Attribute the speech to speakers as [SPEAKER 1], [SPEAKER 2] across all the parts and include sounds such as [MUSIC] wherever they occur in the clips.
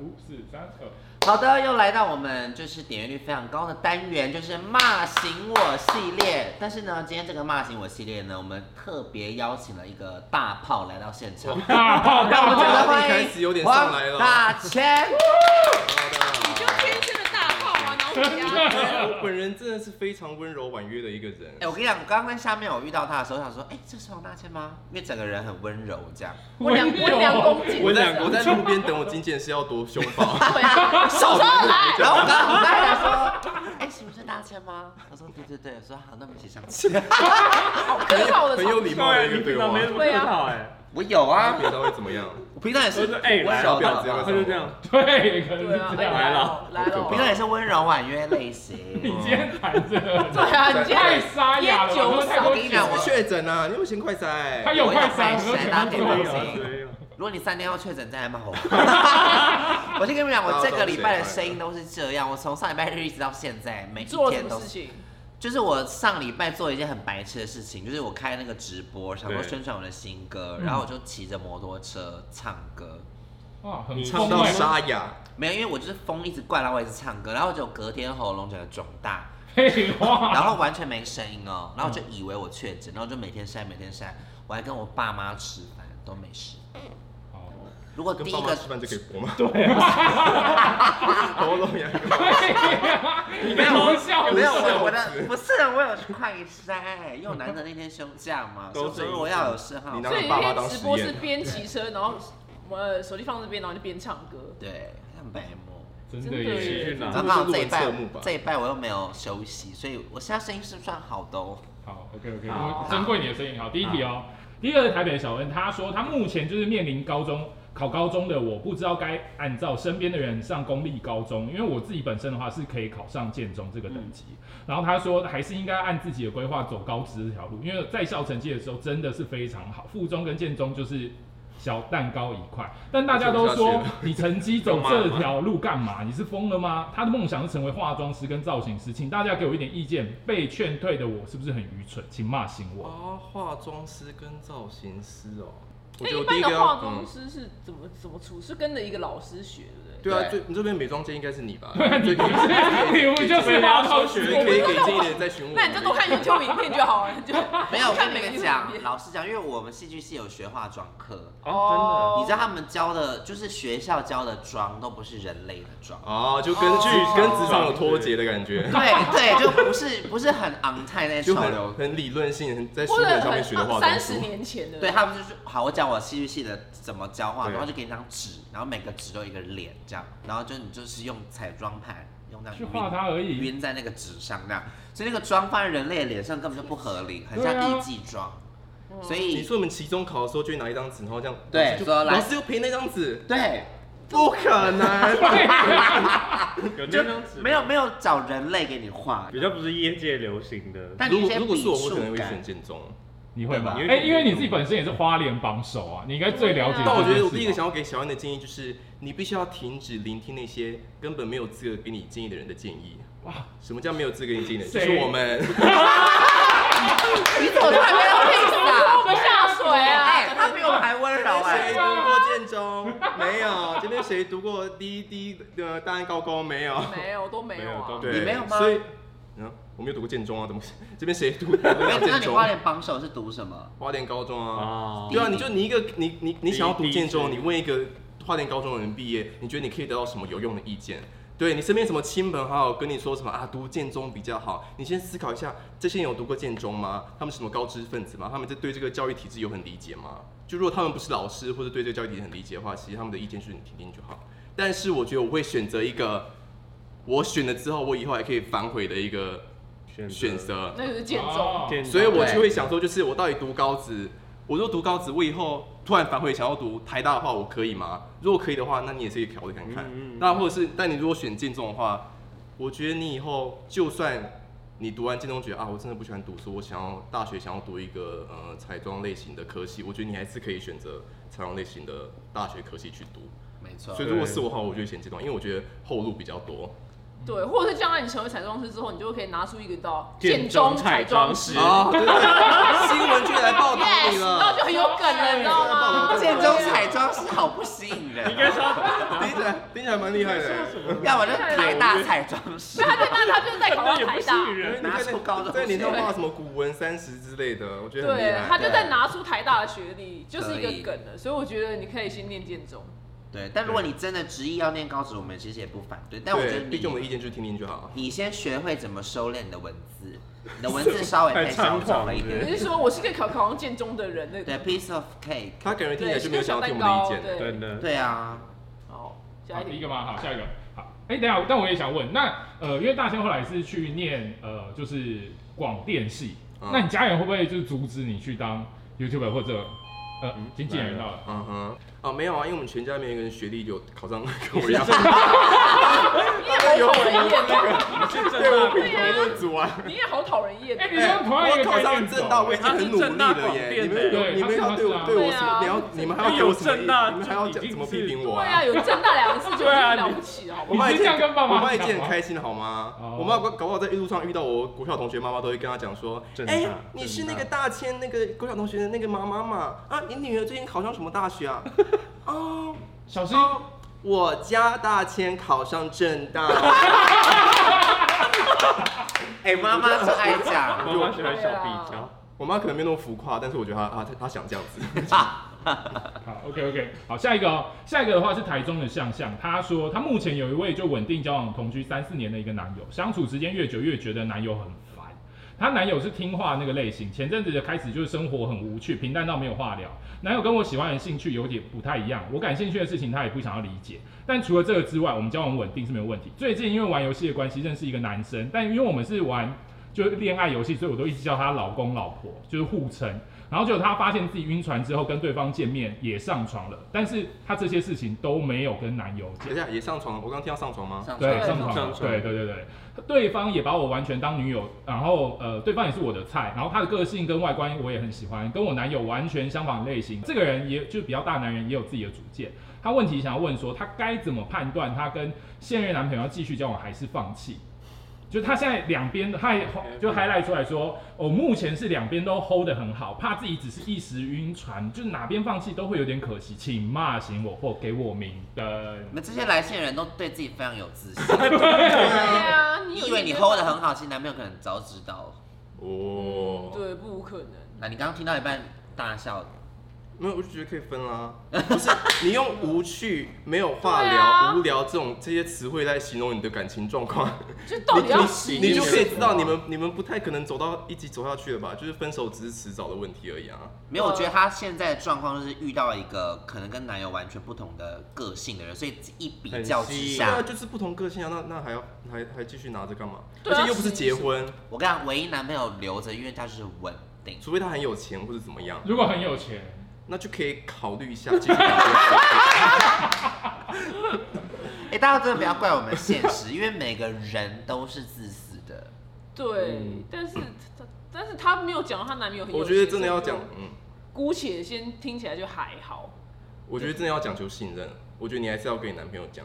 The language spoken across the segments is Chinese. [SPEAKER 1] 五四三二，
[SPEAKER 2] 好的，又来到我们就是点阅率非常高的单元，就是骂醒我系列。但是呢，今天这个骂醒我系列呢，我们特别邀请了一个大炮来到现场，
[SPEAKER 1] 大炮
[SPEAKER 2] 让我
[SPEAKER 1] 大
[SPEAKER 2] 们掌
[SPEAKER 1] 炮，
[SPEAKER 2] 声欢迎
[SPEAKER 3] 开始有点上来了
[SPEAKER 2] 黄大千。
[SPEAKER 4] 你就
[SPEAKER 3] [LAUGHS]
[SPEAKER 4] 天生的大炮啊，然后回家。
[SPEAKER 3] 我本人真的是非常温柔婉约的一个人
[SPEAKER 2] 哎、，我跟你讲，刚刚在下面我遇到他的时候，我想说，哎、这是黄大千吗？因为整个人很温柔，这样。
[SPEAKER 4] 我两我两公斤，
[SPEAKER 3] 我在我在路边等我金健是要多凶 [LAUGHS] 暴，
[SPEAKER 4] 对啊，手手来，
[SPEAKER 2] 然后我刚刚在说，哎、是不是大千吗？他说对对对，我说好，那我们一起上去。
[SPEAKER 4] 好可靠的
[SPEAKER 3] 很
[SPEAKER 4] 手
[SPEAKER 3] 有礼貌
[SPEAKER 1] 对，
[SPEAKER 3] 的一
[SPEAKER 1] 你
[SPEAKER 3] [LAUGHS] 个对
[SPEAKER 1] 平常没
[SPEAKER 3] 话
[SPEAKER 1] 什。么
[SPEAKER 4] 对
[SPEAKER 1] 客
[SPEAKER 4] 啊
[SPEAKER 1] 套哎，
[SPEAKER 2] 我有
[SPEAKER 3] 他
[SPEAKER 2] 啊，
[SPEAKER 3] 平常会怎么样？
[SPEAKER 2] 我平常也
[SPEAKER 1] 就是是哎来
[SPEAKER 3] 小
[SPEAKER 1] 了，
[SPEAKER 3] 婊子要
[SPEAKER 1] 他
[SPEAKER 3] 不
[SPEAKER 1] 就
[SPEAKER 3] 要
[SPEAKER 1] 这
[SPEAKER 3] 上
[SPEAKER 1] 样，对，可能
[SPEAKER 4] 对啊
[SPEAKER 1] 是，这
[SPEAKER 4] 哎
[SPEAKER 1] 样。
[SPEAKER 4] 来了来
[SPEAKER 2] 我平常
[SPEAKER 4] 了，
[SPEAKER 2] 也是温柔婉约类
[SPEAKER 1] 你
[SPEAKER 2] 型。
[SPEAKER 1] [LAUGHS] 今天谈这
[SPEAKER 4] 对
[SPEAKER 1] 个，
[SPEAKER 4] 啊，你今
[SPEAKER 1] 太
[SPEAKER 4] 天
[SPEAKER 1] 沙哑了，我喝太多
[SPEAKER 2] 我跟你讲
[SPEAKER 1] 酒
[SPEAKER 2] 我
[SPEAKER 3] 你
[SPEAKER 1] 了。
[SPEAKER 3] 确诊啊？你有请快哎塞
[SPEAKER 1] 他？有快
[SPEAKER 2] 我
[SPEAKER 1] 三，
[SPEAKER 2] 要
[SPEAKER 1] 喝
[SPEAKER 2] 快
[SPEAKER 1] 酒
[SPEAKER 2] 塞
[SPEAKER 1] 他
[SPEAKER 2] 大腿
[SPEAKER 1] 醉
[SPEAKER 2] 毛
[SPEAKER 1] 了
[SPEAKER 2] 巾
[SPEAKER 1] 醉了。
[SPEAKER 2] 如果你三天后确诊，再来骂我。 [LAUGHS] 我先跟你们讲，我这个礼拜的声音都是这样。我从上礼拜日一直到现在，每一
[SPEAKER 4] 做什
[SPEAKER 2] 天
[SPEAKER 4] 么
[SPEAKER 2] 都
[SPEAKER 4] 事
[SPEAKER 2] 是。
[SPEAKER 4] 情？
[SPEAKER 2] 就是我上礼拜做了一件很白痴的事情，就是我开那个直播，想说
[SPEAKER 3] 对
[SPEAKER 2] 宣传我的新歌，
[SPEAKER 1] 嗯
[SPEAKER 2] 然后我就骑着摩托车唱歌。
[SPEAKER 1] 哇，很
[SPEAKER 3] 你
[SPEAKER 1] 痛
[SPEAKER 3] 唱到
[SPEAKER 1] 哎
[SPEAKER 3] 沙哑，
[SPEAKER 2] 没有，因为我就是风一直灌，然后我一直唱歌，然后就隔天喉咙整个肿大，
[SPEAKER 1] 废话，
[SPEAKER 2] 然后完全没声音哦，然后我就以为我确诊，然后就每天晒每天晒，我还跟我爸妈吃饭都没事。
[SPEAKER 1] 哦
[SPEAKER 2] 如果第
[SPEAKER 3] 跟
[SPEAKER 2] 一
[SPEAKER 3] 爸妈
[SPEAKER 2] 个
[SPEAKER 3] 吃饭就可以播吗？对，啊 [LAUGHS] 喉咙哑。
[SPEAKER 1] 对，你被偷笑
[SPEAKER 2] 哦没有我我的不是我有去快筛，哎因为我难得那天休假嘛，
[SPEAKER 3] 都
[SPEAKER 2] 所
[SPEAKER 3] 是
[SPEAKER 2] 以我要有嗜好
[SPEAKER 3] 你。拿
[SPEAKER 4] 所以
[SPEAKER 3] 爸
[SPEAKER 4] 那
[SPEAKER 3] 妈
[SPEAKER 4] 天
[SPEAKER 3] 当
[SPEAKER 4] 直
[SPEAKER 3] 实
[SPEAKER 4] 播是
[SPEAKER 3] 验
[SPEAKER 4] 边骑车，然后我手机放这边，然后就边唱歌。
[SPEAKER 2] 对，像白目。
[SPEAKER 1] 真
[SPEAKER 4] 真的耶
[SPEAKER 1] 也是
[SPEAKER 2] 然后
[SPEAKER 3] 真
[SPEAKER 1] 呢。
[SPEAKER 2] 刚好
[SPEAKER 3] 这
[SPEAKER 2] 这
[SPEAKER 3] 是
[SPEAKER 2] 一
[SPEAKER 3] 录完
[SPEAKER 2] 拜
[SPEAKER 3] 侧幕吧
[SPEAKER 2] 这一拜我又没有休息，所以我现在声音是不是算好的
[SPEAKER 4] 哎
[SPEAKER 2] 哦？
[SPEAKER 1] 好，OK OK，
[SPEAKER 4] 好
[SPEAKER 1] 我珍贵你的声音。好，第一题哦，第一个是台北的小恩，他说他目前就是面临高中考高中的，我不知道该按照身边的人上公立高中，因为我自己本身的话是可以考上建中这个等级。然后他说还是应该按自己的规划走高职这条路，因为在校成绩的时候真的是非常好，附中跟建中就是。小蛋糕一块，但大家都
[SPEAKER 3] 吃不下去
[SPEAKER 2] 了
[SPEAKER 3] 了
[SPEAKER 1] 说你成绩走这条路干嘛？你是疯了吗？他的梦想是成为化妆师跟造型师，请大家给我一点意见。被劝退的我是不是很愚蠢？请骂醒我。 [LAUGHS]
[SPEAKER 3] 啊，化妆师跟造型师哦，我
[SPEAKER 4] 那
[SPEAKER 3] 觉得
[SPEAKER 4] 哎一般
[SPEAKER 3] 我第一个
[SPEAKER 4] 的化
[SPEAKER 3] 要
[SPEAKER 4] 妆师是怎么怎么出？是跟着一个老师学，对不对？
[SPEAKER 3] 对
[SPEAKER 2] 对
[SPEAKER 3] 啊，最你这边美妆界应该是 [LAUGHS] 你吧？
[SPEAKER 1] 对啊，你
[SPEAKER 3] 最
[SPEAKER 1] 不是你不就是化妆
[SPEAKER 3] 可
[SPEAKER 1] 师
[SPEAKER 3] 以
[SPEAKER 1] 吗？
[SPEAKER 3] 可以给建议的人再询问我。
[SPEAKER 4] 那你就多看 YouTube 影片就好了，你就
[SPEAKER 2] 没有，我
[SPEAKER 4] 看
[SPEAKER 2] 跟
[SPEAKER 4] 每
[SPEAKER 2] 你
[SPEAKER 4] 个
[SPEAKER 2] 们
[SPEAKER 4] YouTube
[SPEAKER 2] 讲
[SPEAKER 4] 影，片。
[SPEAKER 2] 老实讲，因为我们戏剧系有学化妆课，
[SPEAKER 3] 哦，
[SPEAKER 2] 你知道他们教的，就是学校教的妆都不是人类的妆
[SPEAKER 3] 真的。哦，就跟剧
[SPEAKER 4] 哦
[SPEAKER 3] 跟职场有脱节的感觉，
[SPEAKER 2] 对对，就不是不是很昂 n 那
[SPEAKER 3] 就
[SPEAKER 2] 种。
[SPEAKER 3] 很很理论性，很在书
[SPEAKER 4] 或
[SPEAKER 3] 本
[SPEAKER 4] 者
[SPEAKER 3] 上面学的化
[SPEAKER 4] 很
[SPEAKER 3] 妆
[SPEAKER 4] 三
[SPEAKER 3] 术
[SPEAKER 5] 呃
[SPEAKER 4] 十。年前的，
[SPEAKER 2] 对他们就是好，我讲我戏剧系的怎么教化妆，
[SPEAKER 3] 对
[SPEAKER 2] 然后就给你张纸，然后每个纸都一个脸这样，然后就你就是用彩妆盘用那样
[SPEAKER 1] 去
[SPEAKER 2] 晕
[SPEAKER 1] 画它而已。
[SPEAKER 2] 晕在那个纸上那样，所以那个妆放在人类的脸上根本就不合理，很
[SPEAKER 1] 对啊
[SPEAKER 2] 像艺伎妆，
[SPEAKER 4] 嗯
[SPEAKER 2] 所
[SPEAKER 3] 你
[SPEAKER 2] 以
[SPEAKER 3] 说我们期中考的时候就会拿一张纸，然后这样，
[SPEAKER 2] 对
[SPEAKER 3] 老师就
[SPEAKER 2] 说来
[SPEAKER 3] 老师就赔那张纸，
[SPEAKER 2] 对
[SPEAKER 3] 不可能，
[SPEAKER 6] 有那
[SPEAKER 2] 就
[SPEAKER 6] 张纸
[SPEAKER 2] 没有没有找人类给你画，
[SPEAKER 6] 比较不是业界流行的，
[SPEAKER 2] 但
[SPEAKER 3] 如
[SPEAKER 2] 你
[SPEAKER 3] 果
[SPEAKER 2] 先
[SPEAKER 3] 如果
[SPEAKER 2] 笔
[SPEAKER 3] 是我，我可能
[SPEAKER 2] 触
[SPEAKER 3] 会
[SPEAKER 2] 感
[SPEAKER 3] 选。建中。
[SPEAKER 1] 你会吗？
[SPEAKER 6] 对吧
[SPEAKER 1] 哎、因为你自己本身也是花莲榜首啊，你应该最了解这件事吧。
[SPEAKER 3] 但我觉得我第一个想要给小安的建议就是，你必须要停止聆听那些根本没有资格给你建议的人的建议。
[SPEAKER 1] 哇
[SPEAKER 3] 哇，什么叫没有资格给你建议的人？就
[SPEAKER 1] 谁
[SPEAKER 3] 是我们。
[SPEAKER 2] [LAUGHS] 你怎么突然变到配
[SPEAKER 4] 怎
[SPEAKER 2] 角
[SPEAKER 4] 么 [LAUGHS] 拖我
[SPEAKER 2] 啊？
[SPEAKER 4] 们下水
[SPEAKER 2] 哎，
[SPEAKER 4] 啊？
[SPEAKER 2] 他比我们还温柔哎
[SPEAKER 3] 谁。读过建中？没有。今天谁读过第一第一呃大安高工？没有。
[SPEAKER 4] 没有，都没有啊。
[SPEAKER 3] 对，
[SPEAKER 2] 你没有吗
[SPEAKER 3] 所以，嗯，我没有读过建中啊，怎么？这
[SPEAKER 2] [LAUGHS]
[SPEAKER 3] 边谁读？
[SPEAKER 2] 那那
[SPEAKER 3] 建
[SPEAKER 2] 你
[SPEAKER 3] 中
[SPEAKER 2] 花？莲榜首是读什么？
[SPEAKER 3] 花莲高中啊。
[SPEAKER 6] 啊，
[SPEAKER 3] 对啊，你就你一个你你你想要读建中，
[SPEAKER 6] 第一
[SPEAKER 3] 你问一个花莲高中的人毕业，你觉得你可以得到什么有用的意见？对你身边什么亲朋好友跟你说什么啊，读建中比较好？你先思考一下，这些人有读过建中吗？他们什么高知分子吗？他们这对这个教育体制有很理解吗？就如果他们不是老师或者对这个教育体制很理解的话，其实他们的意见就是你听听就好。但是我觉得我会选择一个我选了之后，我以后还可以反悔的一个
[SPEAKER 6] 选
[SPEAKER 3] 选择。
[SPEAKER 4] 那就是建中。
[SPEAKER 1] 哦
[SPEAKER 6] 建中
[SPEAKER 3] 所以我就会想说，就是我到底读高职，我如果读高职，我以后突然反悔想要读台大的话，我可以吗？如果可以的话，那你也是可以考虑看看。
[SPEAKER 6] 嗯嗯嗯
[SPEAKER 3] 那或者是，但你如果选建中的话，我觉得你以后就算你读完建中觉得啊，我真的不喜欢读书，我想要大学想要读一个呃彩妆类型的科系，我觉得你还是可以选择彩妆类型的大学科系去读。
[SPEAKER 2] 没错
[SPEAKER 3] 所以如果是我的话，我就会选建中，因为我觉得后路比较多。
[SPEAKER 4] 对，或者是将来你成为彩妆师之后，你就可以拿出一个到
[SPEAKER 6] 建中彩妆师
[SPEAKER 4] 然
[SPEAKER 3] 啊，对对对，新闻居然
[SPEAKER 2] [LAUGHS]
[SPEAKER 3] 报道你 [LAUGHS]
[SPEAKER 4] 后
[SPEAKER 3] 了，
[SPEAKER 4] 就很有梗了，你知道吗？
[SPEAKER 2] 建中彩妆师好不吸引人
[SPEAKER 6] 应该
[SPEAKER 2] 哦。
[SPEAKER 6] 是要
[SPEAKER 3] 听起来来听起来蛮厉害的。
[SPEAKER 2] 要我就台大彩妆师
[SPEAKER 4] 所以，他就那他就在考到
[SPEAKER 6] 那也不
[SPEAKER 4] 台
[SPEAKER 6] 是
[SPEAKER 4] 大，
[SPEAKER 6] 人，
[SPEAKER 3] 你看
[SPEAKER 2] 拿出高中
[SPEAKER 3] 在脸上
[SPEAKER 2] 学历
[SPEAKER 3] 画什么古文三十之类的，我觉得很厉
[SPEAKER 4] 对啊
[SPEAKER 3] 害。
[SPEAKER 4] 他就在拿出台大的学历，就是
[SPEAKER 2] 可以
[SPEAKER 4] 一个梗了。所以我觉得你可以先念建中，
[SPEAKER 2] [LAUGHS] 对，但如果你真的执意要念高职，我们其实也不反对。但我觉得
[SPEAKER 3] 对，毕竟我们
[SPEAKER 2] 你
[SPEAKER 3] 的意见就是听听就好。
[SPEAKER 2] 你先学会怎么收敛你的文字，你的文字稍微太
[SPEAKER 6] 太猖
[SPEAKER 2] 嚣张
[SPEAKER 6] 狂
[SPEAKER 2] 了一
[SPEAKER 6] 对
[SPEAKER 4] 你
[SPEAKER 2] 点。
[SPEAKER 4] 是说我是可以考考上建中的人那
[SPEAKER 2] 对
[SPEAKER 4] 个？
[SPEAKER 2] ，piece of cake。
[SPEAKER 3] 他感觉听起来就没有想要听我们的意见。
[SPEAKER 4] 对，
[SPEAKER 6] 真的。
[SPEAKER 2] 对啊，
[SPEAKER 4] 好，
[SPEAKER 1] 好
[SPEAKER 4] 下哦一
[SPEAKER 1] 一
[SPEAKER 4] 题。
[SPEAKER 1] 个吗？好，下一个。好，哎、等一下，但我也想问，那呃，因为大仙后来是去念呃，就是广电系，
[SPEAKER 3] 嗯
[SPEAKER 1] 那你家人会不会就是阻止你去当 YouTuber 或者呃
[SPEAKER 6] 嗯
[SPEAKER 1] 经纪人到了？
[SPEAKER 3] 嗯哼，哦，没有啊，因为我们全家没有一个人学历有考上跟我一样， [LAUGHS]
[SPEAKER 4] 你也好讨人厌哦，
[SPEAKER 3] 对我
[SPEAKER 6] 你是正大
[SPEAKER 3] 品头论足啊。
[SPEAKER 4] 你也好讨人厌 [LAUGHS]
[SPEAKER 1] 哎、
[SPEAKER 4] 哦。
[SPEAKER 1] 你用同样一
[SPEAKER 3] 我
[SPEAKER 1] 个
[SPEAKER 3] 考
[SPEAKER 1] 概念
[SPEAKER 3] 上
[SPEAKER 1] 走
[SPEAKER 3] 正大，我已经很努力了耶！你们你们要对我对我
[SPEAKER 4] 啊
[SPEAKER 3] 什么？你要你们还要给我什么？你们还要讲怎么批评我
[SPEAKER 4] 对啊，有正大两个字就
[SPEAKER 6] 对啊
[SPEAKER 4] 是了不起了，好不
[SPEAKER 3] [LAUGHS] 我
[SPEAKER 4] 好？
[SPEAKER 3] 妈也
[SPEAKER 1] 你是这样跟爸妈
[SPEAKER 3] 我妈也
[SPEAKER 1] 讲
[SPEAKER 3] 见很
[SPEAKER 1] 吗
[SPEAKER 3] 开心的好吗？
[SPEAKER 1] 哦
[SPEAKER 3] 我妈搞搞不好在路上遇到我国小同学，妈妈都会跟她讲说：“
[SPEAKER 6] 正大
[SPEAKER 1] 啊
[SPEAKER 3] 哎、
[SPEAKER 6] 正
[SPEAKER 3] 你是
[SPEAKER 6] 大
[SPEAKER 3] 那个大千那个国小同学的那个妈妈嘛？啊，你女儿最近考上什么大学啊？ [LAUGHS] 哦，
[SPEAKER 1] 小心，
[SPEAKER 3] 哦，我家大千考上正
[SPEAKER 1] [LAUGHS]
[SPEAKER 3] 大。
[SPEAKER 2] 哎，妈妈就爱讲。
[SPEAKER 6] 妈妈喜欢小比较，
[SPEAKER 3] [LAUGHS] 我妈可能没那么浮夸，但是我觉得她啊，她她想这样子。
[SPEAKER 1] 好，OK OK，好，下一个哦，下一个的话是台中的向向，他说他目前有一位就稳定交往同居三四年的一个男友，相处时间越久越觉得男友很烦。她男友是听话那个类型，前阵子的开始就是生活很无趣，平淡到没有话聊。男友跟我喜欢的兴趣有点不太一样，我感兴趣的事情他也不想要理解。但除了这个之外，我们交往稳定是没有问题。最近因为玩游戏的关系认识一个男生，但因为我们是玩就是恋爱游戏，所以我都一直叫他老公老婆，就是互称。然后结果他发现自己晕船之后跟对方见面也上床了，但是他这些事情都没有跟男友
[SPEAKER 3] 等一
[SPEAKER 1] 讲。
[SPEAKER 3] 下也上床了，我刚刚听到上床吗？
[SPEAKER 2] 上
[SPEAKER 1] 对，
[SPEAKER 2] 床
[SPEAKER 1] 上床
[SPEAKER 6] [LAUGHS] 上
[SPEAKER 1] 了，
[SPEAKER 6] 床
[SPEAKER 1] 对对对对，对方也把我完全当女友，然后呃，对方也是我的菜，然后他的个性跟外观我也很喜欢，跟我男友完全相反类型。这个人也就比较大男人，也有自己的主见。他问题想要问说，他该怎么判断他跟现任男朋友要继续交往还是放弃？就他现在两边他也就 highlight 出来说，哦，目前是两边都 hold 得很好，怕自己只是一时晕船，就哪边放弃都会有点可惜，请骂醒我或给我明灯。
[SPEAKER 2] 你们这些来信的人都对自己非常有自信，
[SPEAKER 4] 对啊，你有
[SPEAKER 2] 你以为你 hold 的很好，其实男朋友可能早知道。
[SPEAKER 3] 哦，
[SPEAKER 4] 对，不可能。
[SPEAKER 2] 那你刚刚听到一半大笑，
[SPEAKER 3] 没有，我就觉得可以分啦、不是，你用无趣、没有话
[SPEAKER 4] 对
[SPEAKER 3] 聊、
[SPEAKER 4] 啊
[SPEAKER 3] 无聊这种这些词汇来形容你的感情状况，
[SPEAKER 4] 就到底要
[SPEAKER 3] 你
[SPEAKER 4] 几
[SPEAKER 3] 你
[SPEAKER 4] 年
[SPEAKER 3] 就可以知道你们你们不太可能走到一起走下去了吧？就是分手只是迟早的问题而已啊。
[SPEAKER 2] 没有，我觉得她现在的状况就是遇到一个可能跟男友完全不同的个性的人，所以一比较
[SPEAKER 6] 很
[SPEAKER 2] 之
[SPEAKER 6] 吸引
[SPEAKER 3] 对啊，
[SPEAKER 2] 下，
[SPEAKER 3] 就是不同个性啊，那那还要还还继续拿着干嘛？
[SPEAKER 4] 对
[SPEAKER 3] 而
[SPEAKER 4] 啊
[SPEAKER 3] 且又不是结婚，
[SPEAKER 2] 我跟你讲，唯一男朋友留着，因为他是稳定。
[SPEAKER 3] 除非他很有钱或者怎么样，
[SPEAKER 1] 如果很有钱，
[SPEAKER 3] 那就可以考虑
[SPEAKER 4] [LAUGHS]
[SPEAKER 3] 一下继续聊。
[SPEAKER 2] 哎、大家真的不要怪我们现实，因为每个人都是自私的。
[SPEAKER 4] 对，但是他但是他没有讲她男朋友很有
[SPEAKER 3] 嗯我
[SPEAKER 4] 钱，
[SPEAKER 3] 觉得真的要讲
[SPEAKER 4] 所以，
[SPEAKER 3] 嗯，
[SPEAKER 4] 就姑且先听起来就还好。
[SPEAKER 3] 我觉得真的要讲求信任，我觉得你还是要跟你男朋友讲。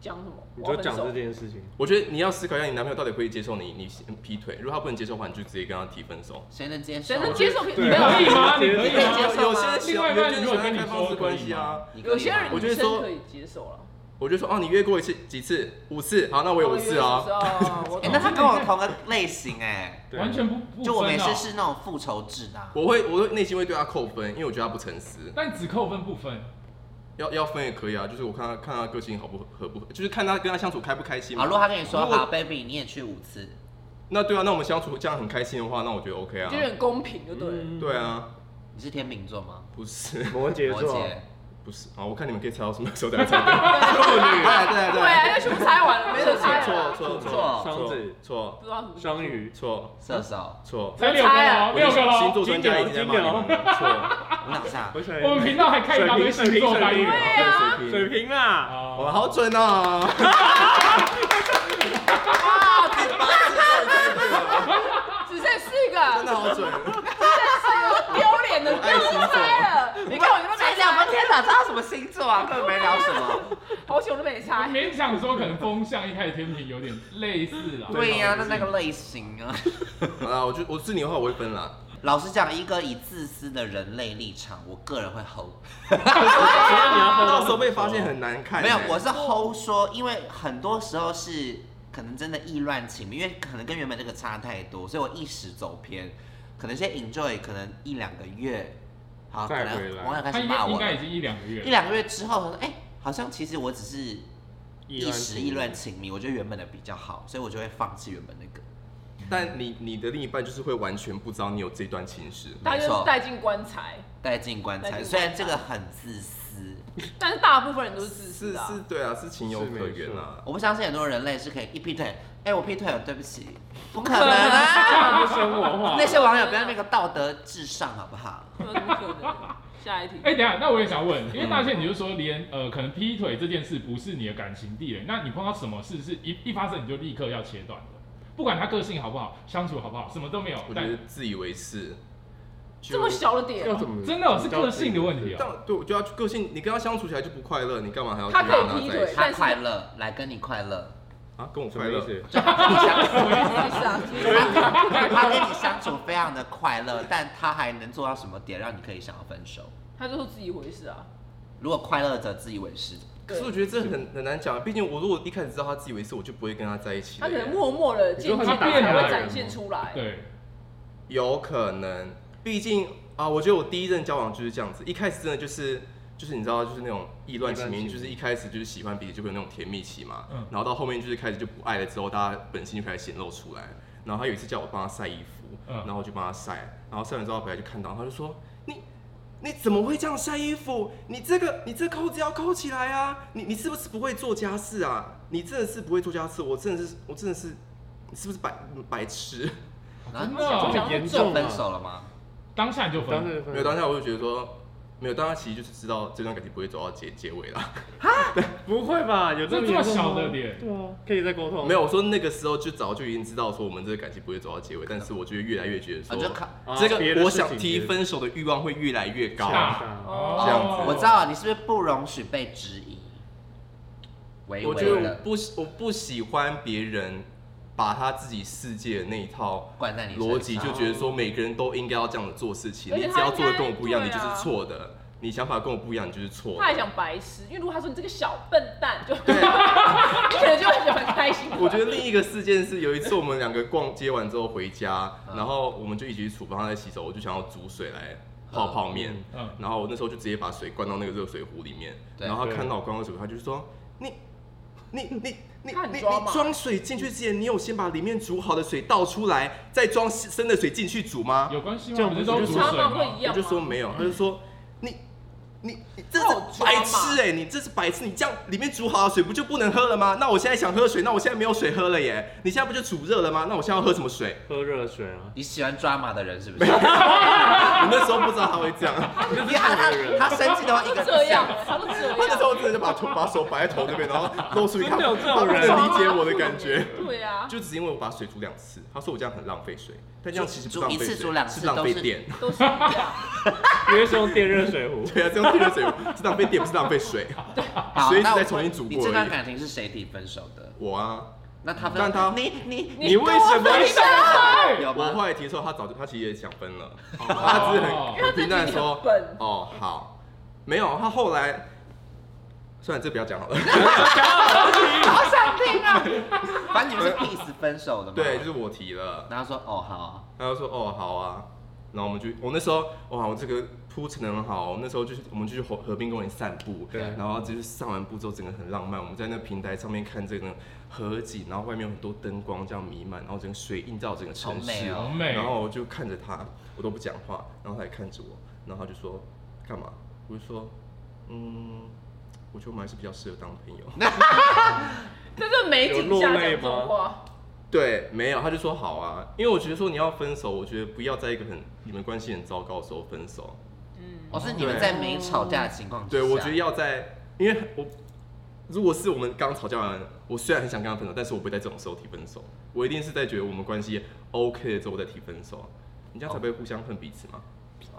[SPEAKER 4] 讲什么？
[SPEAKER 6] 你
[SPEAKER 4] 我
[SPEAKER 6] 就
[SPEAKER 4] 分
[SPEAKER 6] 讲
[SPEAKER 4] 手
[SPEAKER 6] 这件事情，
[SPEAKER 3] 我觉得你要思考一下，你男朋友到底会不会接受你你劈腿。如果他不能接受的话，你就直接跟他提分手。
[SPEAKER 2] 谁能接受？
[SPEAKER 4] 谁能接受？你
[SPEAKER 6] 对
[SPEAKER 3] 啊
[SPEAKER 1] 你
[SPEAKER 4] 没有
[SPEAKER 1] 可以吗？你
[SPEAKER 6] 可
[SPEAKER 1] 可
[SPEAKER 6] 以
[SPEAKER 1] 以
[SPEAKER 2] 接
[SPEAKER 1] 吗
[SPEAKER 2] 受？
[SPEAKER 3] 有有些人喜欢，
[SPEAKER 1] 另外一半
[SPEAKER 3] 有些人
[SPEAKER 1] 如
[SPEAKER 3] 喜
[SPEAKER 1] 果
[SPEAKER 3] 受
[SPEAKER 1] 跟你
[SPEAKER 3] 开放
[SPEAKER 1] 说
[SPEAKER 3] 式
[SPEAKER 1] 可以
[SPEAKER 3] 关系啊。
[SPEAKER 2] 你可以吗
[SPEAKER 4] 有些人
[SPEAKER 3] 我
[SPEAKER 4] 女
[SPEAKER 3] 觉得
[SPEAKER 4] 生
[SPEAKER 3] 说
[SPEAKER 4] 可以接受了，
[SPEAKER 3] 我就说哦，你约过一次几次？五次，好，那我有五次啊。
[SPEAKER 4] 哦。我
[SPEAKER 2] 哎、
[SPEAKER 4] 懂
[SPEAKER 2] 那他跟我同个类型哎、
[SPEAKER 6] 对
[SPEAKER 1] 完全不不
[SPEAKER 2] 就我们也
[SPEAKER 1] 分哦
[SPEAKER 2] 是是那种复仇制的啊、
[SPEAKER 3] 啊我会，我会内心会对他扣分，因为我觉得他不诚实。
[SPEAKER 1] 但只扣分不分，
[SPEAKER 3] 要要分也可以啊，就是我看他看他个性好不合不合，就是看他跟他相处开不开心嘛。
[SPEAKER 2] 好，如果他跟你说
[SPEAKER 3] 如果
[SPEAKER 2] 好，baby，你也去五次，
[SPEAKER 3] 那对啊，那我们相处这样很开心的话，那我觉得 OK 啊
[SPEAKER 4] 就。有点公平，就对了。
[SPEAKER 6] 嗯
[SPEAKER 3] 对啊，
[SPEAKER 2] 你是天秤座吗？
[SPEAKER 3] 不是啊
[SPEAKER 6] 摩羯
[SPEAKER 2] 摩
[SPEAKER 6] 座，
[SPEAKER 2] 羯。
[SPEAKER 3] 不是啊，我看你们可以猜到什么时候才猜
[SPEAKER 1] [LAUGHS]
[SPEAKER 3] 对。对对
[SPEAKER 4] 对啊，要全部猜完了，没得
[SPEAKER 1] 啊
[SPEAKER 4] 猜
[SPEAKER 3] 错
[SPEAKER 4] 了。
[SPEAKER 3] 错错
[SPEAKER 2] 座
[SPEAKER 6] 双子、
[SPEAKER 3] 错
[SPEAKER 4] 不知道什么。
[SPEAKER 6] 双。鱼、
[SPEAKER 3] 错
[SPEAKER 2] 射手，
[SPEAKER 3] 错
[SPEAKER 1] 才六个
[SPEAKER 4] 猜
[SPEAKER 1] 哦
[SPEAKER 4] 啊，
[SPEAKER 1] 六个
[SPEAKER 3] 星
[SPEAKER 1] 喽。
[SPEAKER 3] 座专家已经在骂你们了。错，
[SPEAKER 2] 我想一
[SPEAKER 3] [LAUGHS]
[SPEAKER 2] 下，
[SPEAKER 6] 我想
[SPEAKER 1] 我们频道还开一大堆星座单
[SPEAKER 6] 水
[SPEAKER 1] 元
[SPEAKER 6] 瓶
[SPEAKER 1] 哦。
[SPEAKER 6] 水
[SPEAKER 3] 水
[SPEAKER 6] 瓶水
[SPEAKER 3] 瓶，
[SPEAKER 6] 瓶啦，
[SPEAKER 3] 我
[SPEAKER 1] 哦
[SPEAKER 3] 们好准哦。
[SPEAKER 4] 啊，
[SPEAKER 3] 第八次终于猜对了
[SPEAKER 4] 只剩四
[SPEAKER 3] 真
[SPEAKER 4] 个，
[SPEAKER 3] 的好准。
[SPEAKER 5] [LAUGHS]
[SPEAKER 4] 丢脸的，不要再猜了。你看我这边没
[SPEAKER 2] 这两
[SPEAKER 4] 猜
[SPEAKER 2] 个，天哪，知道什么星座啊？根本没聊什么。
[SPEAKER 4] 好久都没
[SPEAKER 1] 我
[SPEAKER 4] 猜。
[SPEAKER 1] 勉强说可能风向一开始天平有点类似啦。
[SPEAKER 2] 对呀、那那个类型啊，
[SPEAKER 3] 好啦，我就我是你的话，我会分啦。
[SPEAKER 2] 老实讲，一个以自私的人类立场，我个人会 hold，
[SPEAKER 6] 你要
[SPEAKER 3] 到时候被发现很难看
[SPEAKER 2] 没
[SPEAKER 3] 欸。
[SPEAKER 2] 有，我是 hold 说，因为很多时候是可能真的意乱情迷，因为可能跟原本这个差太多，所以我一时走偏，可能先 enjoy 可能一两个月，好，可
[SPEAKER 6] 再回
[SPEAKER 2] 能
[SPEAKER 6] 来
[SPEAKER 2] 网友开
[SPEAKER 1] 他
[SPEAKER 2] 始
[SPEAKER 1] 应
[SPEAKER 2] 骂
[SPEAKER 1] 该应
[SPEAKER 2] 我
[SPEAKER 1] 该
[SPEAKER 2] 了，
[SPEAKER 1] 已经一两个月
[SPEAKER 2] 一
[SPEAKER 1] 了，
[SPEAKER 2] 两个月之后，哎、好像其实我只是一时意乱情迷，我觉得原本的比较好，所以我就会放弃原本那个。
[SPEAKER 3] 但你你的另一半就是会完全不知道你有这段情史。
[SPEAKER 2] 没
[SPEAKER 5] 他就是
[SPEAKER 2] 错
[SPEAKER 5] 带进棺材，
[SPEAKER 2] 带进棺
[SPEAKER 5] 带
[SPEAKER 2] 材，
[SPEAKER 5] 进
[SPEAKER 2] 虽然
[SPEAKER 5] 棺
[SPEAKER 2] 这
[SPEAKER 5] 材
[SPEAKER 2] 个很自私，
[SPEAKER 5] 但是大部分人都是自
[SPEAKER 3] 是
[SPEAKER 5] 私的啊。
[SPEAKER 3] 是，对啊，是情有可原啊。
[SPEAKER 2] 我不相信很多人类是可以一劈腿，哎、我劈腿了，对不起，不可能啊！
[SPEAKER 6] 生活化
[SPEAKER 2] 那，些网友不要那个道德至上好不好？
[SPEAKER 5] 没有什么可能。下一题，
[SPEAKER 1] 哎、等一下，那我也想问，因为大宪你就说连呃，可能劈腿这件事不是你的感情地雷，那你碰到什么事是一一发生你就立刻要切断的，不管他个性好不好，相处好不好，什么都没有
[SPEAKER 3] 我，觉
[SPEAKER 1] 但
[SPEAKER 3] 得自以为是。
[SPEAKER 5] 这么小的点
[SPEAKER 6] 要，怎么
[SPEAKER 1] 真的哦是个性的问题哦。
[SPEAKER 3] 但对，我就要去个性，你跟他相处起来就不快乐，你干嘛还要
[SPEAKER 5] 他
[SPEAKER 3] 去
[SPEAKER 5] 可以
[SPEAKER 3] 跟
[SPEAKER 5] 劈
[SPEAKER 3] 在
[SPEAKER 5] 腿
[SPEAKER 3] 一起
[SPEAKER 2] 他快乐，来跟你快乐，
[SPEAKER 3] 啊？跟我
[SPEAKER 6] 什
[SPEAKER 3] 快
[SPEAKER 6] 么意
[SPEAKER 3] 乐？
[SPEAKER 6] 思？
[SPEAKER 5] 是啊，
[SPEAKER 2] 他跟你相处非常的快乐，但他还能做到什么点让你可以想要分手？
[SPEAKER 5] [LAUGHS] 他就是自以为是啊。
[SPEAKER 2] 如果快乐者自以为是，
[SPEAKER 3] 可是我
[SPEAKER 5] 对，
[SPEAKER 3] 觉得这很很难讲，毕竟我如果一开始知道他自以为是，我就不会跟他在一起
[SPEAKER 5] 他
[SPEAKER 3] 了
[SPEAKER 5] 可能
[SPEAKER 3] 耶。
[SPEAKER 5] 默默的渐渐
[SPEAKER 6] 你
[SPEAKER 5] 地
[SPEAKER 6] 说他
[SPEAKER 1] 变
[SPEAKER 5] 才
[SPEAKER 1] 了
[SPEAKER 5] 会展现出来。
[SPEAKER 1] 对，
[SPEAKER 3] 有可能，毕竟啊，我觉得我第一任交往就是这样子，一开始真的就是就是你知道，就是那种意乱情
[SPEAKER 6] 意
[SPEAKER 3] 迷，
[SPEAKER 6] 乱情迷
[SPEAKER 3] 就是一开始就是喜欢彼此就会有那种甜蜜期嘛，
[SPEAKER 1] 嗯
[SPEAKER 3] 然后到后面就是开始就不爱了之后，大家本性就开始显露出来。然后他有一次叫我帮他晒衣服，
[SPEAKER 1] 嗯
[SPEAKER 3] 然后我就帮他晒，然后晒完之后他回来就看到，他就说你。你怎么会这样晒衣服？你这个你这扣子要扣起来啊！你你是不是不会做家事啊？你真的是不会做家事，我真的是我真的是，你是不是白白痴？
[SPEAKER 2] 然
[SPEAKER 1] 真
[SPEAKER 2] 后
[SPEAKER 1] 的
[SPEAKER 6] 这
[SPEAKER 1] 哦，
[SPEAKER 6] 么严
[SPEAKER 2] 就
[SPEAKER 6] 重
[SPEAKER 2] 分
[SPEAKER 6] 啊！
[SPEAKER 2] 手了吗？
[SPEAKER 1] 当下你就
[SPEAKER 6] 当
[SPEAKER 1] 分，
[SPEAKER 5] 嗯
[SPEAKER 6] 时
[SPEAKER 3] 没有，当下我就觉得说，没有，当下其实就是知道这段感情不会走到结结尾啦。 [LAUGHS]
[SPEAKER 6] 不会吧？有
[SPEAKER 1] 这
[SPEAKER 6] 么
[SPEAKER 1] 这么
[SPEAKER 6] 严重吗
[SPEAKER 1] 小的点，
[SPEAKER 6] 对啊，可以再沟通。
[SPEAKER 3] 没有，我说那个时候就早就已经知道说我们这个感情不会走到结尾，但是我就越来越觉得
[SPEAKER 2] 我就
[SPEAKER 3] 说，
[SPEAKER 2] 看，
[SPEAKER 6] 啊，
[SPEAKER 3] 这
[SPEAKER 6] 别
[SPEAKER 3] 个
[SPEAKER 6] 的
[SPEAKER 3] 我
[SPEAKER 6] 事情
[SPEAKER 3] 想提分手的欲望会越来越高。
[SPEAKER 1] 恰
[SPEAKER 5] 哦
[SPEAKER 2] 这
[SPEAKER 3] 样子
[SPEAKER 2] 我知道了，你是不是不容许被质疑？微
[SPEAKER 3] 我
[SPEAKER 2] 微
[SPEAKER 3] 觉得我
[SPEAKER 2] 的
[SPEAKER 3] 不喜我不喜欢别人把他自己世界的那一套
[SPEAKER 2] 灌在你身上
[SPEAKER 3] 逻辑，就觉得说每个人都应该要这样的做事情，
[SPEAKER 5] 哎而
[SPEAKER 3] 你
[SPEAKER 5] 且
[SPEAKER 3] 只要做的跟我不一样，
[SPEAKER 5] 他
[SPEAKER 3] 你
[SPEAKER 5] 应
[SPEAKER 3] 就
[SPEAKER 5] 该啊
[SPEAKER 3] 是错的。你想法跟我不一样，你就是错的。
[SPEAKER 5] 他还想白痴，因为如果他说你这个小笨蛋，就 [LAUGHS] 你可能就会觉得很开心。
[SPEAKER 3] [LAUGHS] 我觉得另一个事件是有一次我们两个逛街完之后回家，
[SPEAKER 2] 嗯
[SPEAKER 3] 然后我们就一起去厨房在洗手，我就想要煮水来泡泡面，
[SPEAKER 1] 嗯，
[SPEAKER 3] 然后我那时候就直接把水灌到那个热水壶里面，
[SPEAKER 2] 对
[SPEAKER 3] 然后他看到我灌热水壶，他就说你。你你你你
[SPEAKER 5] 他很
[SPEAKER 3] 你
[SPEAKER 5] 抓嘛
[SPEAKER 3] 装水进去之前，你有先把里面煮好的水倒出来，再装生的水进去煮吗？
[SPEAKER 1] 有关系
[SPEAKER 6] 这
[SPEAKER 1] 吗？
[SPEAKER 6] 样
[SPEAKER 1] 不是
[SPEAKER 6] 不
[SPEAKER 1] 都
[SPEAKER 6] 是
[SPEAKER 1] 煮
[SPEAKER 6] 就
[SPEAKER 1] 水
[SPEAKER 6] 是
[SPEAKER 5] 插棒会
[SPEAKER 1] 吗？
[SPEAKER 5] 一
[SPEAKER 3] 我
[SPEAKER 5] 样
[SPEAKER 3] 就说
[SPEAKER 5] 吗？
[SPEAKER 3] 没有，他就说你你你这
[SPEAKER 5] 他
[SPEAKER 3] 是
[SPEAKER 5] 有抓
[SPEAKER 3] 白痴
[SPEAKER 5] 嘛
[SPEAKER 3] 哎、你这是白痴！你这样里面煮好的水不就不能喝了吗？那我现在想喝水，那我现在没有水喝了耶！你现在不就煮热了吗？那我现在要喝什么水？
[SPEAKER 6] 喝热水啊，
[SPEAKER 2] 你喜欢抓马的人是不是？
[SPEAKER 3] 我那时候不知道他会
[SPEAKER 6] [LAUGHS]
[SPEAKER 3] 这样，我
[SPEAKER 2] 你看他他生气的话一个
[SPEAKER 5] 他
[SPEAKER 2] 字
[SPEAKER 5] 这样，他都这
[SPEAKER 3] 那时
[SPEAKER 5] 样，
[SPEAKER 3] 候真的就把头把手摆在头这边，然后露出一个
[SPEAKER 6] 真的有这种
[SPEAKER 3] 他不能
[SPEAKER 6] 人
[SPEAKER 3] 理解我的感觉。
[SPEAKER 5] 对啊，
[SPEAKER 3] 就只因为我把水煮两次，他说我这样很浪费水，但这样其实不
[SPEAKER 2] 煮
[SPEAKER 3] 浪费
[SPEAKER 2] 一次
[SPEAKER 3] 水，
[SPEAKER 2] 煮两次
[SPEAKER 3] 是浪
[SPEAKER 2] 都
[SPEAKER 3] 费
[SPEAKER 2] 是
[SPEAKER 3] 电。。
[SPEAKER 5] 都是一样。
[SPEAKER 6] 因为是用电热水壶
[SPEAKER 3] 对啊，这样电热水是浪费电，不是浪费水。
[SPEAKER 2] 好，
[SPEAKER 3] 所以
[SPEAKER 2] 那
[SPEAKER 3] 再
[SPEAKER 2] 我
[SPEAKER 3] 重新煮
[SPEAKER 2] 你
[SPEAKER 3] 过
[SPEAKER 2] 这
[SPEAKER 3] 而
[SPEAKER 2] 段
[SPEAKER 3] 已
[SPEAKER 2] 感情是谁提分手的？
[SPEAKER 3] 我啊，
[SPEAKER 2] 那他分
[SPEAKER 3] 但他
[SPEAKER 2] 你你
[SPEAKER 6] [LAUGHS] 你为什么
[SPEAKER 1] 你怎么会
[SPEAKER 2] 有
[SPEAKER 3] 我
[SPEAKER 2] 吗？
[SPEAKER 3] 后来提的时候，他早就他其实也想分了，
[SPEAKER 2] 哦
[SPEAKER 3] 他只是很
[SPEAKER 5] 因
[SPEAKER 3] 很
[SPEAKER 5] 为他自己
[SPEAKER 3] 平淡的
[SPEAKER 5] 很
[SPEAKER 3] 说
[SPEAKER 5] 笨，
[SPEAKER 3] 哦好，没有，他后来，算了，这不
[SPEAKER 2] [LAUGHS]
[SPEAKER 3] 要讲好了。
[SPEAKER 2] 好想听啊！反正你们是 peace 分手的嘛。
[SPEAKER 3] 对，就是我提了，
[SPEAKER 2] 然后说哦好，
[SPEAKER 3] 他就说哦好啊，然后我们就我那时候哇，我这个铺陈得很好，我那时候就是我们就去河河滨公园散步，
[SPEAKER 6] 对
[SPEAKER 3] 然后就是散完步之后，整个很浪漫，我们在那个平台上面看这个河景，然后外面有很多灯光这样弥漫，然后整个水映照整个城
[SPEAKER 2] 好美
[SPEAKER 3] 市，
[SPEAKER 2] 哦
[SPEAKER 1] 好美
[SPEAKER 3] 然，后我就看着他，我都不讲话，然后他也看着我，然后他就说干嘛？我就说，嗯，我觉得我们还是比较适合当朋友。
[SPEAKER 5] 在这美景下讲这种话，
[SPEAKER 3] 对，没有，他就说好啊，因为我觉得说你要分手，我觉得不要在一个很你们关系很糟糕的时候分手。
[SPEAKER 2] 我哦是你们在没吵架的情况之
[SPEAKER 3] 对，
[SPEAKER 2] 下。
[SPEAKER 3] 我觉得要在，因为我如果是我们刚吵架完，我虽然很想跟他分手，但是我不会在这种时候提分手，我一定是在觉得我们关系 OK 了之后再提分手，你这样才不会互相恨彼此嘛。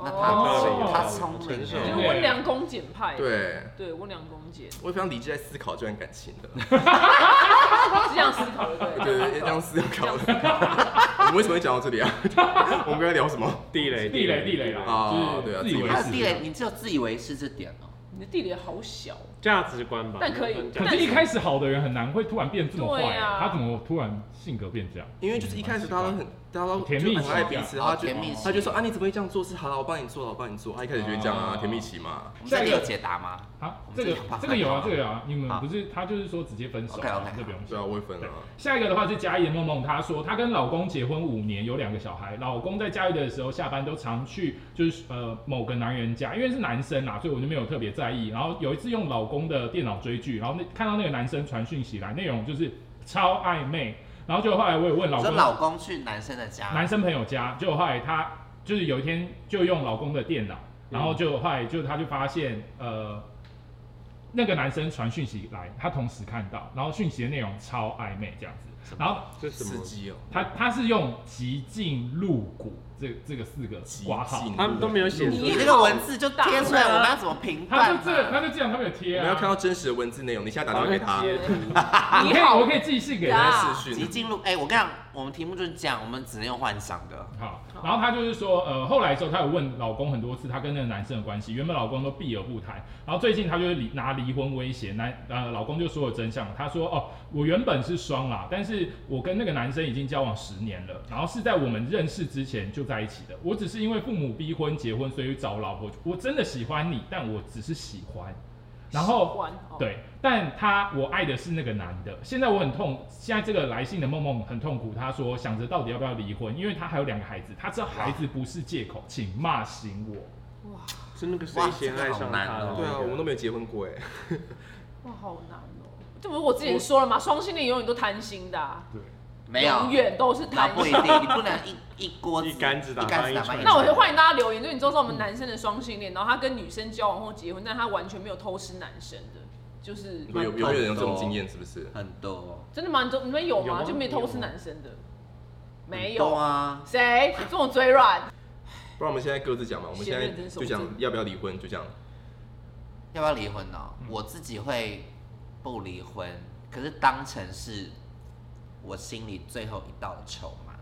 [SPEAKER 2] 那
[SPEAKER 1] 哦
[SPEAKER 2] 他他聪明
[SPEAKER 6] 成熟
[SPEAKER 5] 就是
[SPEAKER 1] 对
[SPEAKER 5] 温良恭俭派。，
[SPEAKER 3] 对，
[SPEAKER 5] 对，温良恭俭，
[SPEAKER 3] 我也非常理智在思考这段感情的，
[SPEAKER 5] 是这样思考的，对。
[SPEAKER 3] 对，这样思考的。们为什么会讲到这里啊？ [LAUGHS] 我们刚才聊什么？
[SPEAKER 6] 地雷，
[SPEAKER 1] 地雷地雷啦，
[SPEAKER 3] 啊
[SPEAKER 1] 就是自
[SPEAKER 3] 对啊
[SPEAKER 1] 以为
[SPEAKER 2] 还有
[SPEAKER 1] 是。
[SPEAKER 2] 地雷，你只有自以为是这点哦。
[SPEAKER 5] 你的地雷好小，
[SPEAKER 6] 价值观吧。
[SPEAKER 5] 但可以
[SPEAKER 6] 价
[SPEAKER 1] 可
[SPEAKER 6] 值
[SPEAKER 1] 是，一开始好的人很难会突然变这么
[SPEAKER 5] 对
[SPEAKER 1] 坏、
[SPEAKER 5] 啊
[SPEAKER 1] 他怎么突然性格变这样？
[SPEAKER 3] 因为就是一开始大家都很，大家都
[SPEAKER 1] 甜
[SPEAKER 3] 就
[SPEAKER 1] 蜜期
[SPEAKER 3] 很爱彼此，然后
[SPEAKER 2] 好，
[SPEAKER 3] 他就
[SPEAKER 2] 甜蜜期
[SPEAKER 3] 他就说啊，你怎么会这样做？是好了，我帮你做了，我帮你做。他一开始就会这样啊，
[SPEAKER 1] 哦
[SPEAKER 3] 甜蜜期嘛。
[SPEAKER 2] 我们这里有解答吗？
[SPEAKER 1] 啊
[SPEAKER 2] 我，们
[SPEAKER 1] 这个
[SPEAKER 2] 这个
[SPEAKER 1] 这个有啊，这个有啊，你们
[SPEAKER 2] 好
[SPEAKER 1] 不是他就是说直接分手
[SPEAKER 2] OK，OK，
[SPEAKER 1] 啊，这不用
[SPEAKER 3] 对
[SPEAKER 1] 想
[SPEAKER 3] 啊，。我会分啊。
[SPEAKER 1] 下一个的话是嘉义的梦梦，她说她跟老公结婚五年，有两个小孩。老公在嘉义的时候下班都常去就是呃某个男人家，因为是男生啦，所以我就没有特别在意。然后有一次用老公的电脑追剧，然后那看到那个男生传讯息来，内容就是超暧昧。然后就后来我也问老
[SPEAKER 2] 说
[SPEAKER 1] 公，
[SPEAKER 2] 老公去男生的家，
[SPEAKER 1] 男生朋友家，就后来她就是有一天就用老公的电脑，然后就后来就她就发现呃。那个男生传讯息来，她同时看到，然后讯息的内容超暧昧这样子，然后
[SPEAKER 6] 这是什
[SPEAKER 3] 司
[SPEAKER 6] 么？
[SPEAKER 3] 机哦，
[SPEAKER 1] 他他是用极尽入骨这这个四个
[SPEAKER 3] 极
[SPEAKER 1] 挂号
[SPEAKER 3] 尽，
[SPEAKER 6] 他们都没有写
[SPEAKER 2] 你
[SPEAKER 6] 出
[SPEAKER 2] 那个文字就贴出来，我们要怎么评
[SPEAKER 1] 他
[SPEAKER 2] 断
[SPEAKER 1] 就这个他
[SPEAKER 2] 呢？
[SPEAKER 1] 就这样，他没有贴
[SPEAKER 3] 我
[SPEAKER 1] 啊。
[SPEAKER 3] 们要看到真实的文字内容，你现在打电话给他，
[SPEAKER 1] 我可以我可以寄信给他。
[SPEAKER 3] 他视
[SPEAKER 2] 极
[SPEAKER 3] 讯。
[SPEAKER 2] 进入，哎，我跟你讲，我们题目就是这样，我们只能用幻想的。
[SPEAKER 1] 好，然后她就是说，呃，后来的时候，她有问老公很多次，她跟那个男生的关系，原本老公都避而不谈，然后最近她就是离拿离婚威胁，男呃老公就说了真相，她说哦，我原本是双啦，但是我跟那个男生已经交往十年了，然后是在我们认识之前就在一起的，我只是因为父母逼婚结婚，所以找老婆，我真的喜欢你，但我只是喜欢，然后
[SPEAKER 5] 喜欢哦
[SPEAKER 1] 对，但他我爱的是那个男的。现在我很痛，现在这个来信的梦梦很痛苦。她说想着到底要不要离婚，因为她还有两个孩子，她知道孩子不是借口，请骂醒我。
[SPEAKER 6] 是那个谁先爱
[SPEAKER 2] 哇这个好
[SPEAKER 6] 上他
[SPEAKER 2] 难哦
[SPEAKER 6] 的那个？
[SPEAKER 3] 对啊，我们都没有结婚过哎。
[SPEAKER 5] 哇，好难哦。这不是我之前说了吗？双性恋永远都贪心的啊、
[SPEAKER 1] 对，
[SPEAKER 2] 没有
[SPEAKER 5] 永，远都是
[SPEAKER 2] 那
[SPEAKER 5] 贪
[SPEAKER 2] 不一
[SPEAKER 5] 心。
[SPEAKER 2] 定，你不能一一锅
[SPEAKER 6] 一竿子打翻
[SPEAKER 2] 一竿
[SPEAKER 6] 一船人
[SPEAKER 5] 那我就欢迎大家留言，就你知道我们男生的双性恋，然后他跟女生交往或结婚，但他完全没有偷吃男生的，就是
[SPEAKER 3] 有有没有人有这种经验？是不是？
[SPEAKER 2] 很多，
[SPEAKER 5] 真的吗？你都你们有
[SPEAKER 6] 有
[SPEAKER 5] 吗？
[SPEAKER 6] 吗
[SPEAKER 5] 就没偷吃男生的？没
[SPEAKER 2] 很多
[SPEAKER 5] 有。
[SPEAKER 2] 啊，
[SPEAKER 5] 谁？这种嘴软？
[SPEAKER 3] 不然我们现在各自讲嘛。我们现在
[SPEAKER 5] 先认真
[SPEAKER 3] 就讲
[SPEAKER 5] 守正
[SPEAKER 3] 要不要离婚，就这样。
[SPEAKER 2] 要不要离婚呢？
[SPEAKER 6] 嗯
[SPEAKER 2] 我自己会不离婚，可是当成是我心里最后一道筹码。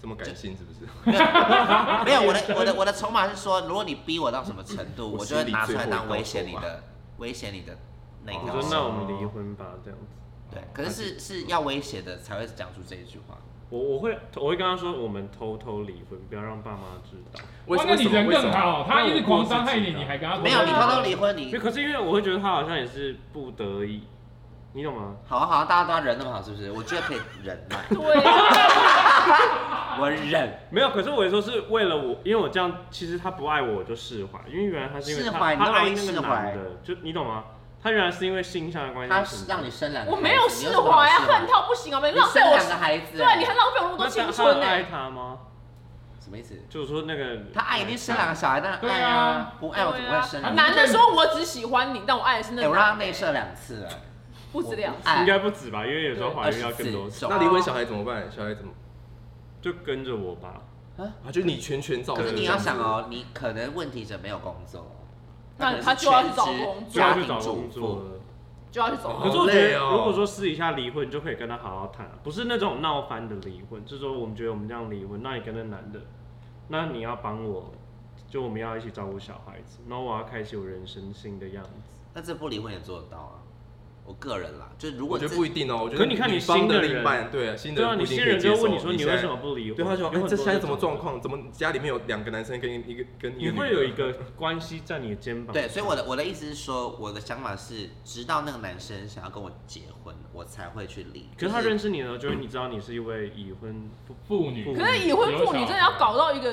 [SPEAKER 3] 这么感性是不是？
[SPEAKER 6] 啊
[SPEAKER 2] 没有，我的我的我的筹码是说，如果你逼我到什么程
[SPEAKER 6] [LAUGHS]
[SPEAKER 2] 度，我就会拿出来当威胁你的威胁你的那
[SPEAKER 6] 我
[SPEAKER 2] 个。
[SPEAKER 6] 说那我们离婚吧，这样子。
[SPEAKER 2] 对，可是是是要威胁的才会讲出这一句话。
[SPEAKER 6] 我我会我会跟他说，我们偷偷离婚，不要让爸妈知道。
[SPEAKER 3] 为
[SPEAKER 1] 哇，
[SPEAKER 3] 什
[SPEAKER 1] 那你
[SPEAKER 3] 为什么
[SPEAKER 1] 人
[SPEAKER 3] 为什
[SPEAKER 1] 更
[SPEAKER 3] 么
[SPEAKER 1] 好，他一直狂伤害你，
[SPEAKER 6] 啊那我
[SPEAKER 1] 你还跟他
[SPEAKER 2] 没有，你偷
[SPEAKER 1] 他
[SPEAKER 2] 偷离婚，你
[SPEAKER 6] 没有可是因为我会觉得他好像也是不得已，你懂吗？
[SPEAKER 2] 好啊好啊，大家都要人那么好，是不是？我觉得可以忍
[SPEAKER 6] [LAUGHS]
[SPEAKER 2] 耐，
[SPEAKER 5] 对啊，
[SPEAKER 2] [LAUGHS] 我忍。
[SPEAKER 6] 没有，可是我也说是为了我，因为我这样，其实他不爱我，我就释怀，因为原来他是因为
[SPEAKER 2] 释怀
[SPEAKER 6] 他
[SPEAKER 2] 你那
[SPEAKER 6] 他
[SPEAKER 2] 么
[SPEAKER 6] 爱
[SPEAKER 2] 容易
[SPEAKER 6] 那
[SPEAKER 2] 释
[SPEAKER 6] 个
[SPEAKER 2] 怀
[SPEAKER 6] 男的，就你懂吗？他原来是因为性向的关系，
[SPEAKER 2] 他
[SPEAKER 6] 什么的
[SPEAKER 2] 让你生两个孩子，
[SPEAKER 5] 我没有释
[SPEAKER 2] 你什么好
[SPEAKER 5] 怀啊，
[SPEAKER 2] 释怀
[SPEAKER 5] 恨到不行啊，没
[SPEAKER 2] 你
[SPEAKER 5] 浪费
[SPEAKER 2] 生
[SPEAKER 5] 我
[SPEAKER 2] 两个孩子，
[SPEAKER 5] 对啊，你还浪费我那么多
[SPEAKER 6] 那
[SPEAKER 5] 青
[SPEAKER 6] 他
[SPEAKER 5] 春
[SPEAKER 6] 他
[SPEAKER 5] 呢、
[SPEAKER 6] 爱他吗？
[SPEAKER 2] 什么意思？
[SPEAKER 6] 就是说那个嗯
[SPEAKER 2] 他爱一定生两个小孩，但
[SPEAKER 1] 对
[SPEAKER 2] 爱
[SPEAKER 1] 啊
[SPEAKER 2] 啊，不爱我怎么会生
[SPEAKER 1] 对啊
[SPEAKER 2] 两个？
[SPEAKER 5] 男的说我只喜欢你，但我爱的是那
[SPEAKER 2] 哎
[SPEAKER 5] 个
[SPEAKER 2] 我让他
[SPEAKER 5] 男
[SPEAKER 2] 内
[SPEAKER 5] 的，
[SPEAKER 2] 射两次了，
[SPEAKER 5] 不止两次。
[SPEAKER 2] 爱
[SPEAKER 6] 应该不止吧，因为有时候怀
[SPEAKER 2] 二
[SPEAKER 6] 孕要
[SPEAKER 2] 十
[SPEAKER 6] 更多，
[SPEAKER 2] 次，
[SPEAKER 3] 那离婚小孩怎么办？小孩怎么？
[SPEAKER 6] 就跟着我吧。
[SPEAKER 3] 啊，就你全权照顾。
[SPEAKER 2] 可是你要想，哦，你可能问题者没有工作，
[SPEAKER 5] 那
[SPEAKER 2] 可能是
[SPEAKER 5] 他就要
[SPEAKER 2] 全
[SPEAKER 5] 去找
[SPEAKER 2] 职
[SPEAKER 5] 工
[SPEAKER 2] 家
[SPEAKER 5] 作
[SPEAKER 6] 最后就
[SPEAKER 2] 庭
[SPEAKER 6] 啊找
[SPEAKER 2] 主
[SPEAKER 6] 工作
[SPEAKER 2] 妇，
[SPEAKER 6] 了。
[SPEAKER 5] 就要去走。
[SPEAKER 3] 哦
[SPEAKER 6] 可是我觉
[SPEAKER 3] 累
[SPEAKER 6] 得，
[SPEAKER 3] 哦
[SPEAKER 6] 如果说私底下离婚，你就可以跟他好好谈，啊不是那种闹翻的离婚，就是说我们觉得我们这样离婚，那你跟那男的，那你要帮我，就我们要一起照顾小孩子，然后我要开启我人生新的样子。
[SPEAKER 2] 那这不离婚也做得到啊。我个人啦，就是如果
[SPEAKER 3] 我觉得
[SPEAKER 2] 这
[SPEAKER 3] 不一定哦。我觉得
[SPEAKER 6] 可你看你
[SPEAKER 3] 女方
[SPEAKER 6] 新
[SPEAKER 3] 的
[SPEAKER 6] 的
[SPEAKER 3] 另一
[SPEAKER 6] 人
[SPEAKER 3] 半，对啊，新的
[SPEAKER 6] 对啊，
[SPEAKER 3] 人不
[SPEAKER 6] 你
[SPEAKER 3] 一定可
[SPEAKER 6] 新
[SPEAKER 3] 以
[SPEAKER 6] 人
[SPEAKER 3] 接
[SPEAKER 6] 就
[SPEAKER 3] 受
[SPEAKER 6] 问你说你
[SPEAKER 3] 现在
[SPEAKER 6] 为什么不离婚？
[SPEAKER 3] 对，他就说，
[SPEAKER 6] 有很
[SPEAKER 3] 哎，
[SPEAKER 6] 多
[SPEAKER 3] 这现在怎么
[SPEAKER 6] 种
[SPEAKER 3] 状？况？怎么家里面有两个男生跟一个跟一
[SPEAKER 6] 你
[SPEAKER 3] 个女的？
[SPEAKER 6] 会有一个关系在你的肩膀。
[SPEAKER 2] 对，所以我的我的意思是说，我的想法是，直到那个男生想要跟我结婚，我才会去离。
[SPEAKER 6] 可是他
[SPEAKER 2] 就
[SPEAKER 6] 认识你的时候，就是你知道你是一位已婚不
[SPEAKER 1] 妇女，
[SPEAKER 5] 可是已婚妇女真的要搞到一个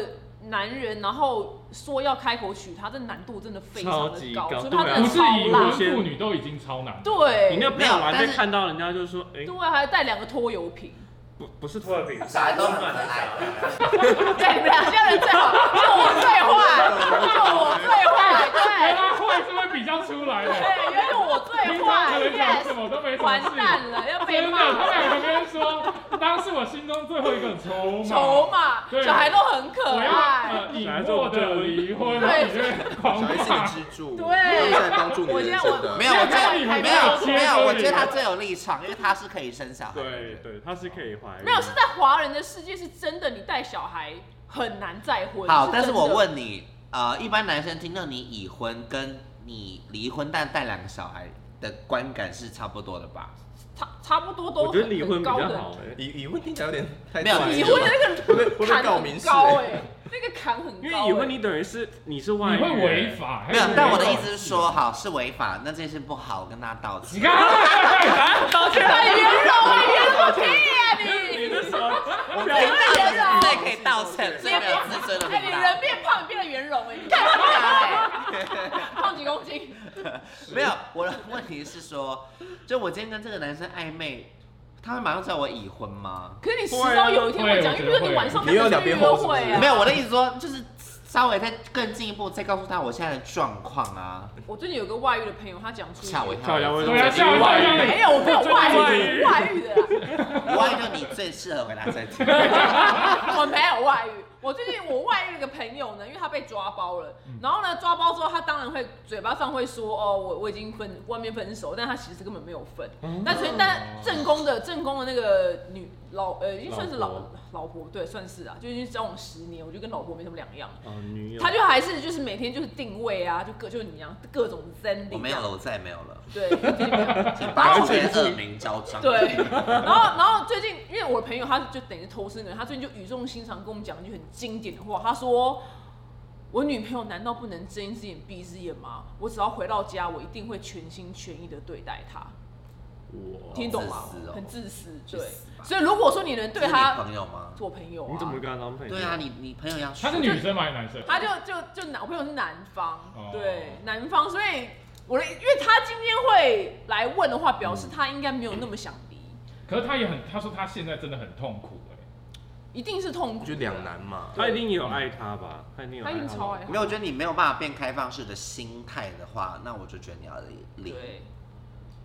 [SPEAKER 5] 男人，然后说要开口娶她，这难度真的非常
[SPEAKER 6] 超
[SPEAKER 5] 的
[SPEAKER 6] 级
[SPEAKER 5] 高，
[SPEAKER 6] 高
[SPEAKER 5] 所以她
[SPEAKER 6] 对
[SPEAKER 5] 真
[SPEAKER 6] 啊
[SPEAKER 1] 不
[SPEAKER 5] 的
[SPEAKER 1] 是
[SPEAKER 5] 超
[SPEAKER 1] 已婚
[SPEAKER 5] 烂。
[SPEAKER 1] 妇女都已经超难。
[SPEAKER 6] 你
[SPEAKER 5] 对
[SPEAKER 6] 那，朋友
[SPEAKER 2] 没有
[SPEAKER 6] 完
[SPEAKER 2] 但
[SPEAKER 6] 被
[SPEAKER 2] 是
[SPEAKER 6] 看到人家就说，哎、
[SPEAKER 5] 对，啊还带两个拖油瓶。
[SPEAKER 6] 不不是托尔饼，
[SPEAKER 2] 小孩都很可爱，
[SPEAKER 5] 对，你们俩现在人最好，就我最坏，就我最坏，
[SPEAKER 1] 原
[SPEAKER 5] 对。
[SPEAKER 1] 来坏是会比较出来的，
[SPEAKER 5] 对，原来我最
[SPEAKER 1] 平常可能讲
[SPEAKER 5] 坏
[SPEAKER 1] 什么都没什么
[SPEAKER 5] ，yes，完
[SPEAKER 1] 事。
[SPEAKER 5] 蛋了，要被
[SPEAKER 1] 真的，
[SPEAKER 5] 骂
[SPEAKER 1] 他。两个跟说，他是我心中最后一个
[SPEAKER 5] [LAUGHS]
[SPEAKER 1] 筹码。
[SPEAKER 5] 筹码，
[SPEAKER 1] 对
[SPEAKER 5] 小孩都很可
[SPEAKER 1] 我要
[SPEAKER 5] 爱。
[SPEAKER 1] 呃隐没的离婚，然后你就会狂
[SPEAKER 3] 小孩是你
[SPEAKER 1] 骂。
[SPEAKER 3] 支柱，
[SPEAKER 5] 对
[SPEAKER 3] 没有在帮助你
[SPEAKER 5] 我
[SPEAKER 3] 人
[SPEAKER 5] 现在
[SPEAKER 3] 生
[SPEAKER 5] 我
[SPEAKER 3] 的
[SPEAKER 2] 没。有，我觉
[SPEAKER 1] 现在
[SPEAKER 2] 得
[SPEAKER 1] 你
[SPEAKER 2] 没
[SPEAKER 1] 很
[SPEAKER 2] 有
[SPEAKER 1] 了
[SPEAKER 2] 没有，
[SPEAKER 1] 解
[SPEAKER 2] 我觉得他最有立场，因为他是可以生小孩的
[SPEAKER 6] 对
[SPEAKER 2] 人。
[SPEAKER 6] 对，他是可以怀孕。
[SPEAKER 5] 没有，是在华人的世界是真的，你带小孩很难再婚。
[SPEAKER 2] 好，
[SPEAKER 5] 真
[SPEAKER 2] 但是
[SPEAKER 5] 的
[SPEAKER 2] 我，问你，呃，一般男生听到你已婚跟你离婚但带两个小孩的观感是差不多的吧？
[SPEAKER 5] 差差不多都
[SPEAKER 6] 我觉得离
[SPEAKER 5] 很
[SPEAKER 6] 婚比
[SPEAKER 5] 高
[SPEAKER 6] 较
[SPEAKER 5] 的
[SPEAKER 6] 好哎，
[SPEAKER 3] 已已婚听起来有点太
[SPEAKER 2] 没有
[SPEAKER 3] 短了
[SPEAKER 5] 离婚的那
[SPEAKER 3] 会不会会
[SPEAKER 5] 个
[SPEAKER 3] 不会
[SPEAKER 5] 坎
[SPEAKER 3] 告欸民
[SPEAKER 5] 很
[SPEAKER 3] 事
[SPEAKER 5] 高哎，那个坎很高
[SPEAKER 6] 因
[SPEAKER 5] 哎。
[SPEAKER 6] 为已婚你等于是你是外
[SPEAKER 1] 你
[SPEAKER 6] 遇哎，
[SPEAKER 1] 会违法，
[SPEAKER 2] 没有
[SPEAKER 1] 还，
[SPEAKER 2] 但我的意思是说，好是违法，那这件事不好，我跟大家道
[SPEAKER 1] 你
[SPEAKER 2] 歉。
[SPEAKER 1] 看，
[SPEAKER 6] 道歉，
[SPEAKER 5] 很圆融啊，圆融个屁
[SPEAKER 6] 你
[SPEAKER 5] 啊
[SPEAKER 6] 这什么？我
[SPEAKER 2] 可以道
[SPEAKER 5] 真的
[SPEAKER 2] 歉，这可以道歉，
[SPEAKER 5] 你！
[SPEAKER 2] 最没有自尊的
[SPEAKER 5] 哎，你
[SPEAKER 2] 频
[SPEAKER 5] 人
[SPEAKER 2] 道。
[SPEAKER 5] 变胖，你变得圆融哎，你看他哎，胖几公斤？
[SPEAKER 2] 没有，我的问题是说，就我今天跟这个男生暧昧，他会马上知道我已婚吗？
[SPEAKER 5] 可是你迟早有一天会讲，因为比如说你晚上
[SPEAKER 3] 你又要两边
[SPEAKER 5] 约
[SPEAKER 3] 吼是不
[SPEAKER 5] 会
[SPEAKER 3] 是
[SPEAKER 5] 啊。
[SPEAKER 2] 没有，我的意思说，就是稍微再更进一步，再告诉他我现在的状况啊，
[SPEAKER 5] 我最近有个外遇的朋友，他讲出
[SPEAKER 2] 吓我一跳。
[SPEAKER 6] 跳下位
[SPEAKER 1] 对啊，吓我一跳，让
[SPEAKER 5] 没
[SPEAKER 1] 你
[SPEAKER 5] 有，我没有外遇，
[SPEAKER 6] 对
[SPEAKER 5] 外遇的啦，
[SPEAKER 2] 我爱就你最适合回答这
[SPEAKER 5] [LAUGHS]
[SPEAKER 2] 题。
[SPEAKER 5] 我没有外遇。我最近我外遇了一个朋友呢，因为他被抓包了，然后呢抓包之后，他当然会嘴巴上会说哦，我我已经分外面分手，但他其实根本没有分。那所以但正宫的正宫的那个女老呃，已经算是老
[SPEAKER 6] 老婆
[SPEAKER 5] 老婆对，算是啊，就已经交往十年，我就跟老婆没什么两样。
[SPEAKER 6] [LAUGHS] 哦，女友，
[SPEAKER 5] 他就还是就是每天就是定位啊，就各就是你一样各种真理。
[SPEAKER 2] 我没有了，我再也没有了，
[SPEAKER 5] 对，就是没有
[SPEAKER 2] 请把我的恶名昭彰。
[SPEAKER 5] 对，然后然后最近，因为我朋友他就等于是偷生的人，他最近就语重心长跟我们讲一句很经典的话，他说：“我女朋友难道不能睁一只眼闭一只眼吗？我只要回到家，我一定会全心全意的对待她。”
[SPEAKER 6] 我
[SPEAKER 5] 听懂吗
[SPEAKER 2] 自私？哦
[SPEAKER 5] 很自私，
[SPEAKER 2] 去
[SPEAKER 5] 对
[SPEAKER 2] 死。吧
[SPEAKER 5] 所以如果说你能
[SPEAKER 2] 这
[SPEAKER 5] 对
[SPEAKER 2] 是你
[SPEAKER 5] 她
[SPEAKER 2] 朋友吗？
[SPEAKER 5] 做朋友啊，
[SPEAKER 6] 你怎么会跟他当朋友？
[SPEAKER 2] 对啊，你你朋友要
[SPEAKER 1] 他是女生吗？还是男生？
[SPEAKER 5] 他就就就男，我朋友是男方，
[SPEAKER 1] 哦
[SPEAKER 5] 对，男方，所以我的，因为他今天会来问的话，表示他应该没有那么想离，
[SPEAKER 1] 可是他也很，他说他现在真的很痛苦哎，
[SPEAKER 5] 一定是痛
[SPEAKER 3] 我
[SPEAKER 5] 苦的
[SPEAKER 3] 觉得两，难嘛。
[SPEAKER 6] 他一定也有爱他吧？他一定有
[SPEAKER 5] 他
[SPEAKER 6] 爱
[SPEAKER 5] 一定
[SPEAKER 6] 他
[SPEAKER 5] 超
[SPEAKER 6] 吧
[SPEAKER 5] 爱他，
[SPEAKER 2] 没有，我觉得你没有办法变开放式的心态的话，那我就觉得你要离。
[SPEAKER 5] 对，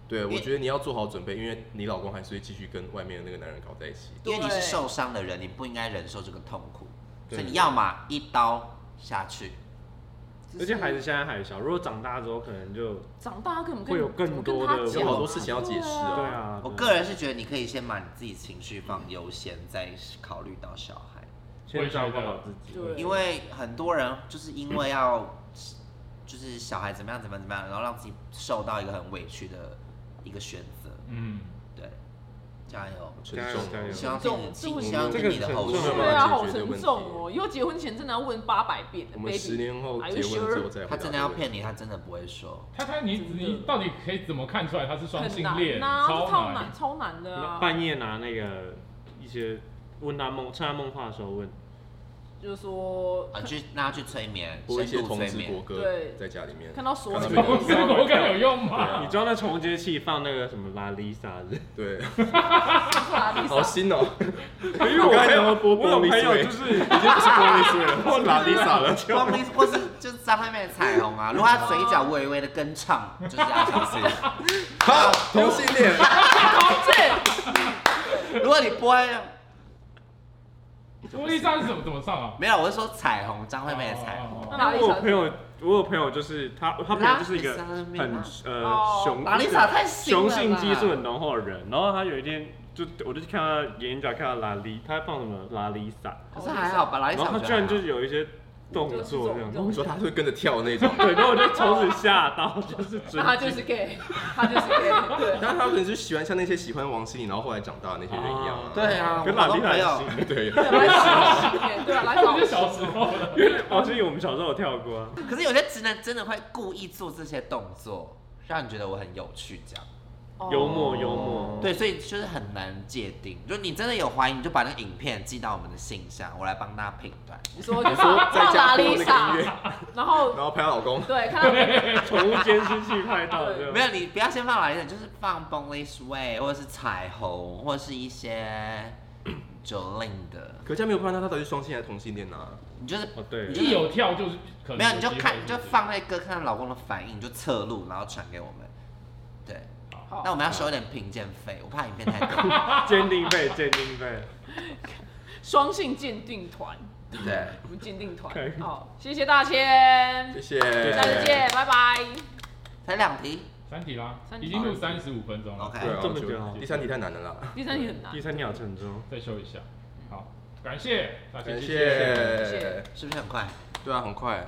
[SPEAKER 3] 对，我觉得你要做好准备，因为你老公还是会继续跟外面的那个男人搞在一起。
[SPEAKER 2] 因为你
[SPEAKER 5] 对
[SPEAKER 2] 是受伤的人，你不应该忍受这个痛苦，
[SPEAKER 3] 对
[SPEAKER 2] 所以你要嘛一刀下去，
[SPEAKER 6] 而且孩子
[SPEAKER 5] 只是
[SPEAKER 6] 现在还小，如果长大之后可能就
[SPEAKER 5] 长大根本跟
[SPEAKER 6] 会有更
[SPEAKER 5] 怎么
[SPEAKER 6] 多的
[SPEAKER 5] 跟他讲
[SPEAKER 3] 有
[SPEAKER 5] 啊
[SPEAKER 3] 好多事情要解释
[SPEAKER 6] 对
[SPEAKER 3] 哦。
[SPEAKER 6] 啊。
[SPEAKER 1] 嗯
[SPEAKER 2] 我
[SPEAKER 6] 对
[SPEAKER 2] 个人是觉得你可以先把你自己情绪放优先，再考虑到小孩，
[SPEAKER 6] 先照顾好自己，
[SPEAKER 5] 对
[SPEAKER 2] 因为很多人就是因为要，就是小孩怎么样怎么样怎么样，然后让自己受到一个很委屈的一个选择，
[SPEAKER 1] 嗯，
[SPEAKER 2] 对，加油，
[SPEAKER 3] 沉重
[SPEAKER 6] 加油加油
[SPEAKER 2] 希望听你
[SPEAKER 5] 这种
[SPEAKER 2] 希望听你的后
[SPEAKER 3] 这个
[SPEAKER 2] 续
[SPEAKER 3] 很重。
[SPEAKER 5] 对啊，好
[SPEAKER 3] 解决的
[SPEAKER 5] 沉
[SPEAKER 3] 问题
[SPEAKER 5] 重哦，以后结婚前真的要问八百遍的
[SPEAKER 3] 我们十
[SPEAKER 5] ，baby，
[SPEAKER 3] 年后
[SPEAKER 5] Are
[SPEAKER 3] 结
[SPEAKER 5] you
[SPEAKER 3] 婚之后再回答
[SPEAKER 2] 他真的要骗
[SPEAKER 3] 这个问题。
[SPEAKER 2] 你，他真的不会说。
[SPEAKER 1] 他他你
[SPEAKER 5] 真的
[SPEAKER 1] 你到底可以怎么看出来他是双
[SPEAKER 5] 很
[SPEAKER 1] 性恋？
[SPEAKER 5] 难呐，这超
[SPEAKER 1] 难 [LAUGHS]
[SPEAKER 5] 难，。超难的啊，
[SPEAKER 6] 半夜拿那个一些问他梦，趁他梦话的时候问，
[SPEAKER 5] 就是说
[SPEAKER 2] 啊，去让他去催眠，
[SPEAKER 3] 播一些
[SPEAKER 2] 深度
[SPEAKER 3] 同
[SPEAKER 2] 催
[SPEAKER 3] 志国
[SPEAKER 2] 眠。
[SPEAKER 3] 歌
[SPEAKER 5] 对
[SPEAKER 3] 在家里面，
[SPEAKER 5] 看到所有
[SPEAKER 3] 看
[SPEAKER 5] 的
[SPEAKER 3] 到那
[SPEAKER 1] 同
[SPEAKER 3] 个
[SPEAKER 1] 志国歌有用
[SPEAKER 6] 你
[SPEAKER 1] 吗？
[SPEAKER 6] 知道那重接器放那个什么拉丽莎的？
[SPEAKER 3] 对， [LAUGHS]
[SPEAKER 5] 是啊丽莎
[SPEAKER 3] 好新
[SPEAKER 5] [LAUGHS]
[SPEAKER 3] 哦。
[SPEAKER 6] [LAUGHS] 因为
[SPEAKER 3] 我
[SPEAKER 6] 我
[SPEAKER 3] 刚才
[SPEAKER 6] 朋
[SPEAKER 3] 想要
[SPEAKER 6] 友，
[SPEAKER 3] 播
[SPEAKER 6] 我有
[SPEAKER 3] 玻璃
[SPEAKER 6] 朋友
[SPEAKER 3] 碎
[SPEAKER 6] 就是
[SPEAKER 3] 已经不是玻璃碎了，是拉丽莎了。
[SPEAKER 2] 或是或是就是张惠妹的彩虹啊，如果她嘴角微微的跟
[SPEAKER 3] [LAUGHS]
[SPEAKER 2] 唱，就是阿信斯。
[SPEAKER 3] 好， [LAUGHS] 同性
[SPEAKER 5] [LAUGHS]
[SPEAKER 3] 恋。
[SPEAKER 2] 如果你播
[SPEAKER 1] 我丽莎是怎么怎么上啊？
[SPEAKER 2] 没有，我是说彩虹，张惠妹的彩虹。
[SPEAKER 1] 哦
[SPEAKER 5] 那拉
[SPEAKER 6] 我
[SPEAKER 5] 丽
[SPEAKER 6] 有
[SPEAKER 5] 莎
[SPEAKER 6] 朋友，我有朋友就是他，他朋友就是一个
[SPEAKER 2] 拉丽莎的命
[SPEAKER 6] 很
[SPEAKER 2] 啊
[SPEAKER 6] 呃
[SPEAKER 5] 哦
[SPEAKER 6] 雄，
[SPEAKER 2] 拉丽莎太新了
[SPEAKER 6] 雄
[SPEAKER 2] 啦
[SPEAKER 6] 性激素很浓厚的人。然后他有一天就我就看到眼角看到拉丽，他放什么拉丽莎，
[SPEAKER 2] 可是还好吧，来一
[SPEAKER 6] 然后
[SPEAKER 2] 场。
[SPEAKER 6] 他居然就是有一些动作这
[SPEAKER 5] 就是
[SPEAKER 6] 样
[SPEAKER 5] 这种
[SPEAKER 3] 你说他是会跟着跳的那种，
[SPEAKER 6] 对，然后我就从此吓到，就是
[SPEAKER 5] 那
[SPEAKER 6] 尊
[SPEAKER 5] 他就
[SPEAKER 6] 敬
[SPEAKER 5] 是 gay，他就
[SPEAKER 3] [LAUGHS]
[SPEAKER 5] 是 gay，对。
[SPEAKER 3] 但他可能就喜欢像那些喜欢王心凌，然后后来长大的那些人一样啊。
[SPEAKER 5] 哦
[SPEAKER 2] 对啊，我
[SPEAKER 6] 跟拉
[SPEAKER 2] 都
[SPEAKER 6] 丽
[SPEAKER 2] 没
[SPEAKER 6] 莎
[SPEAKER 2] 有
[SPEAKER 6] 很。像
[SPEAKER 3] [LAUGHS] 对，
[SPEAKER 5] 对
[SPEAKER 3] [LAUGHS]
[SPEAKER 5] 啊，来十年，对啊，来
[SPEAKER 1] 他
[SPEAKER 5] 找
[SPEAKER 1] 们是小时候的，
[SPEAKER 6] 因为王心哦凌我们小时候有跳过啊。
[SPEAKER 2] 可是有些直男真的会故意做这些动作，让你觉得我很有趣这样。
[SPEAKER 5] 哦
[SPEAKER 6] 幽默幽默，
[SPEAKER 2] 对，所以就是很难界定。如果你真的有怀疑，你就把那个影片寄到我们的信箱，我来帮大家评断。
[SPEAKER 5] 你说就
[SPEAKER 3] 说 [LAUGHS]
[SPEAKER 5] 放
[SPEAKER 3] 在
[SPEAKER 5] 放
[SPEAKER 3] 家
[SPEAKER 5] 拉
[SPEAKER 3] 播
[SPEAKER 5] 丽
[SPEAKER 3] 那
[SPEAKER 5] 莎
[SPEAKER 3] 个音乐，
[SPEAKER 5] 然后
[SPEAKER 3] 然后拍她老公，
[SPEAKER 5] 对，看到
[SPEAKER 6] 宠物监视器拍到的，
[SPEAKER 2] 没有，你不要先放来的，就是放 b o n l e s Way，或者是彩虹，或者是一些九令的，
[SPEAKER 3] 可是这样没有判断他到底是双性还是同性恋啊？
[SPEAKER 2] 你就是
[SPEAKER 6] 哦对
[SPEAKER 1] 一有跳就是可能
[SPEAKER 2] 没有，你就
[SPEAKER 1] 机会
[SPEAKER 2] 看，你就放那歌，看老公的反应，你就侧录，然后传给我们。对，
[SPEAKER 1] 好
[SPEAKER 5] 好
[SPEAKER 3] [LAUGHS]
[SPEAKER 2] 那我们要收一点评鉴费，我怕影片太多。
[SPEAKER 6] 鉴定费，鉴定费，
[SPEAKER 5] 双性鉴定团，
[SPEAKER 2] 对，
[SPEAKER 5] 我们鉴定团
[SPEAKER 6] 可以。
[SPEAKER 5] 好，谢谢大千
[SPEAKER 3] 谢，谢，
[SPEAKER 5] 下次见，拜拜。
[SPEAKER 2] 才两题，
[SPEAKER 1] 三题啦
[SPEAKER 5] 三，题
[SPEAKER 1] 已经录三十五分钟了
[SPEAKER 2] OK
[SPEAKER 3] 对啊，
[SPEAKER 6] 这么
[SPEAKER 3] 我觉得
[SPEAKER 6] 久
[SPEAKER 3] 第三题太难了啦，
[SPEAKER 5] 第三题很难
[SPEAKER 6] 第，三条沉重，
[SPEAKER 1] 再修一下。好，感谢大家，
[SPEAKER 3] 感
[SPEAKER 1] 谢谢。
[SPEAKER 5] 谢
[SPEAKER 3] 谢，
[SPEAKER 2] 是不是很快？
[SPEAKER 3] 对啊，很快。